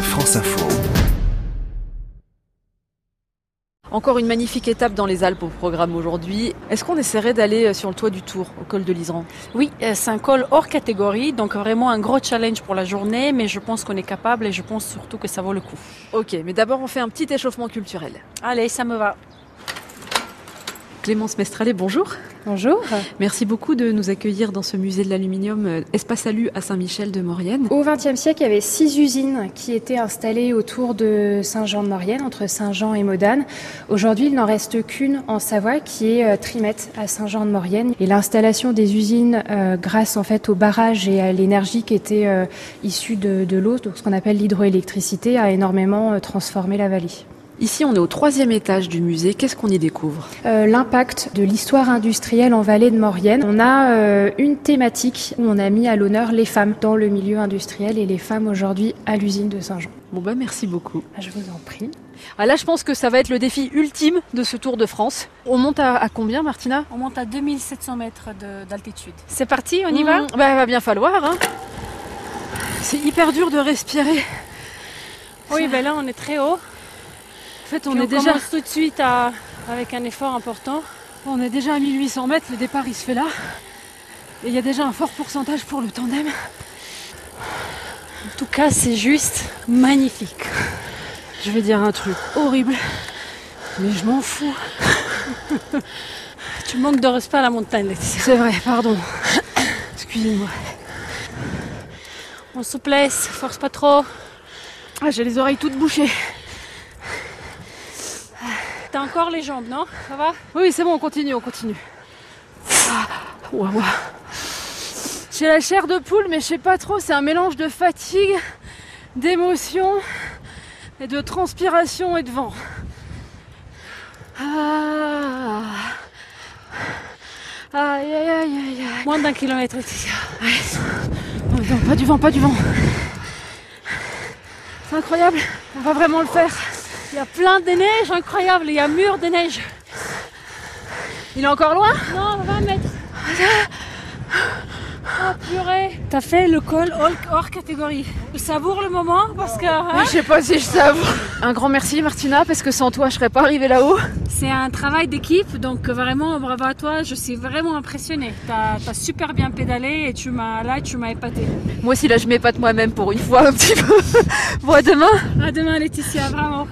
France Info. Encore une magnifique étape dans les Alpes au programme aujourd'hui. Est-ce qu'on essaierait d'aller euh, sur le toit du Tour, au col de l'Iseran Oui, euh, c'est un col hors catégorie, donc vraiment un gros challenge pour la journée, mais je pense qu'on est capable et je pense surtout que ça vaut le coup. Ok, mais d'abord on fait un petit échauffement culturel. Allez, ça me va. Clémence Mestralet, bonjour. Bonjour. Merci beaucoup de nous accueillir dans ce musée de l'aluminium euh, Espace Alu à Saint-Michel de Maurienne. Au XXe siècle, il y avait six usines qui étaient installées autour de Saint-Jean de Maurienne, entre Saint-Jean et Modane. Aujourd'hui, il n'en reste qu'une en Savoie, qui est euh, Trimette à Saint-Jean de Maurienne. Et l'installation des usines, euh, grâce en fait au barrage et à l'énergie qui était euh, issue de, de l'eau, donc ce qu'on appelle l'hydroélectricité, a énormément euh, transformé la vallée. Ici, on est au troisième étage du musée. Qu'est-ce qu'on y découvre Euh, l'impact de l'histoire industrielle en vallée de Maurienne. On a euh, une thématique où on a mis à l'honneur les femmes dans le milieu industriel et les femmes aujourd'hui à l'usine de Saint-Jean. Bon bah merci beaucoup. Je vous en prie. Ah là, je pense que ça va être le défi ultime de ce Tour de France. On monte à, à combien, Martina On monte à 2700 mètres de- d'altitude. C'est parti, on y va Bah va bien falloir. hein. C'est hyper dur de respirer. Oui, ben là on est très haut. En fait, on Puis est déjà, commence tout de suite à- avec un effort important. on est déjà à 1800 mètres. Le départ, il se fait là. Et il y a déjà un fort pourcentage pour le tandem. En tout cas, c'est juste magnifique. Je vais dire un truc horrible, mais je m'en fous. Tu manques de respect à la montagne, Laetitia. C'est vrai, pardon. Excusez-moi. On souplesse, force pas trop. Ah, j'ai les oreilles toutes bouchées. T'as encore les jambes, non Ça va Oui, c'est bon, on continue, on continue. Ah, ouah, ouah. J'ai la chair de poule, mais je sais pas trop, c'est un mélange de fatigue, d'émotion, et de transpiration et de vent. Ah. Aïe, aïe, aïe, aïe, aïe. Moins d'un kilomètre, Laetitia. Non, non, pas du vent, pas du vent. C'est incroyable, on va vraiment le faire. Il y a plein de neige incroyable, il y a mur de neige. Il est encore loin Non, 20 mètres. Oh purée. T'as fait le col hors, hors catégorie. Je savoure le moment parce que hein, Je sais pas si je savoure. Un grand merci Martina, parce que sans toi je serais pas arrivée là-haut. c'est un travail d'équipe, donc vraiment bravo à toi. Je suis vraiment impressionnée. T'as as super bien pédalé et tu m'as là tu m'as épaté. Moi aussi là je m'épate moi-même pour une fois un petit peu. Bon à demain À demain Laetitia, vraiment.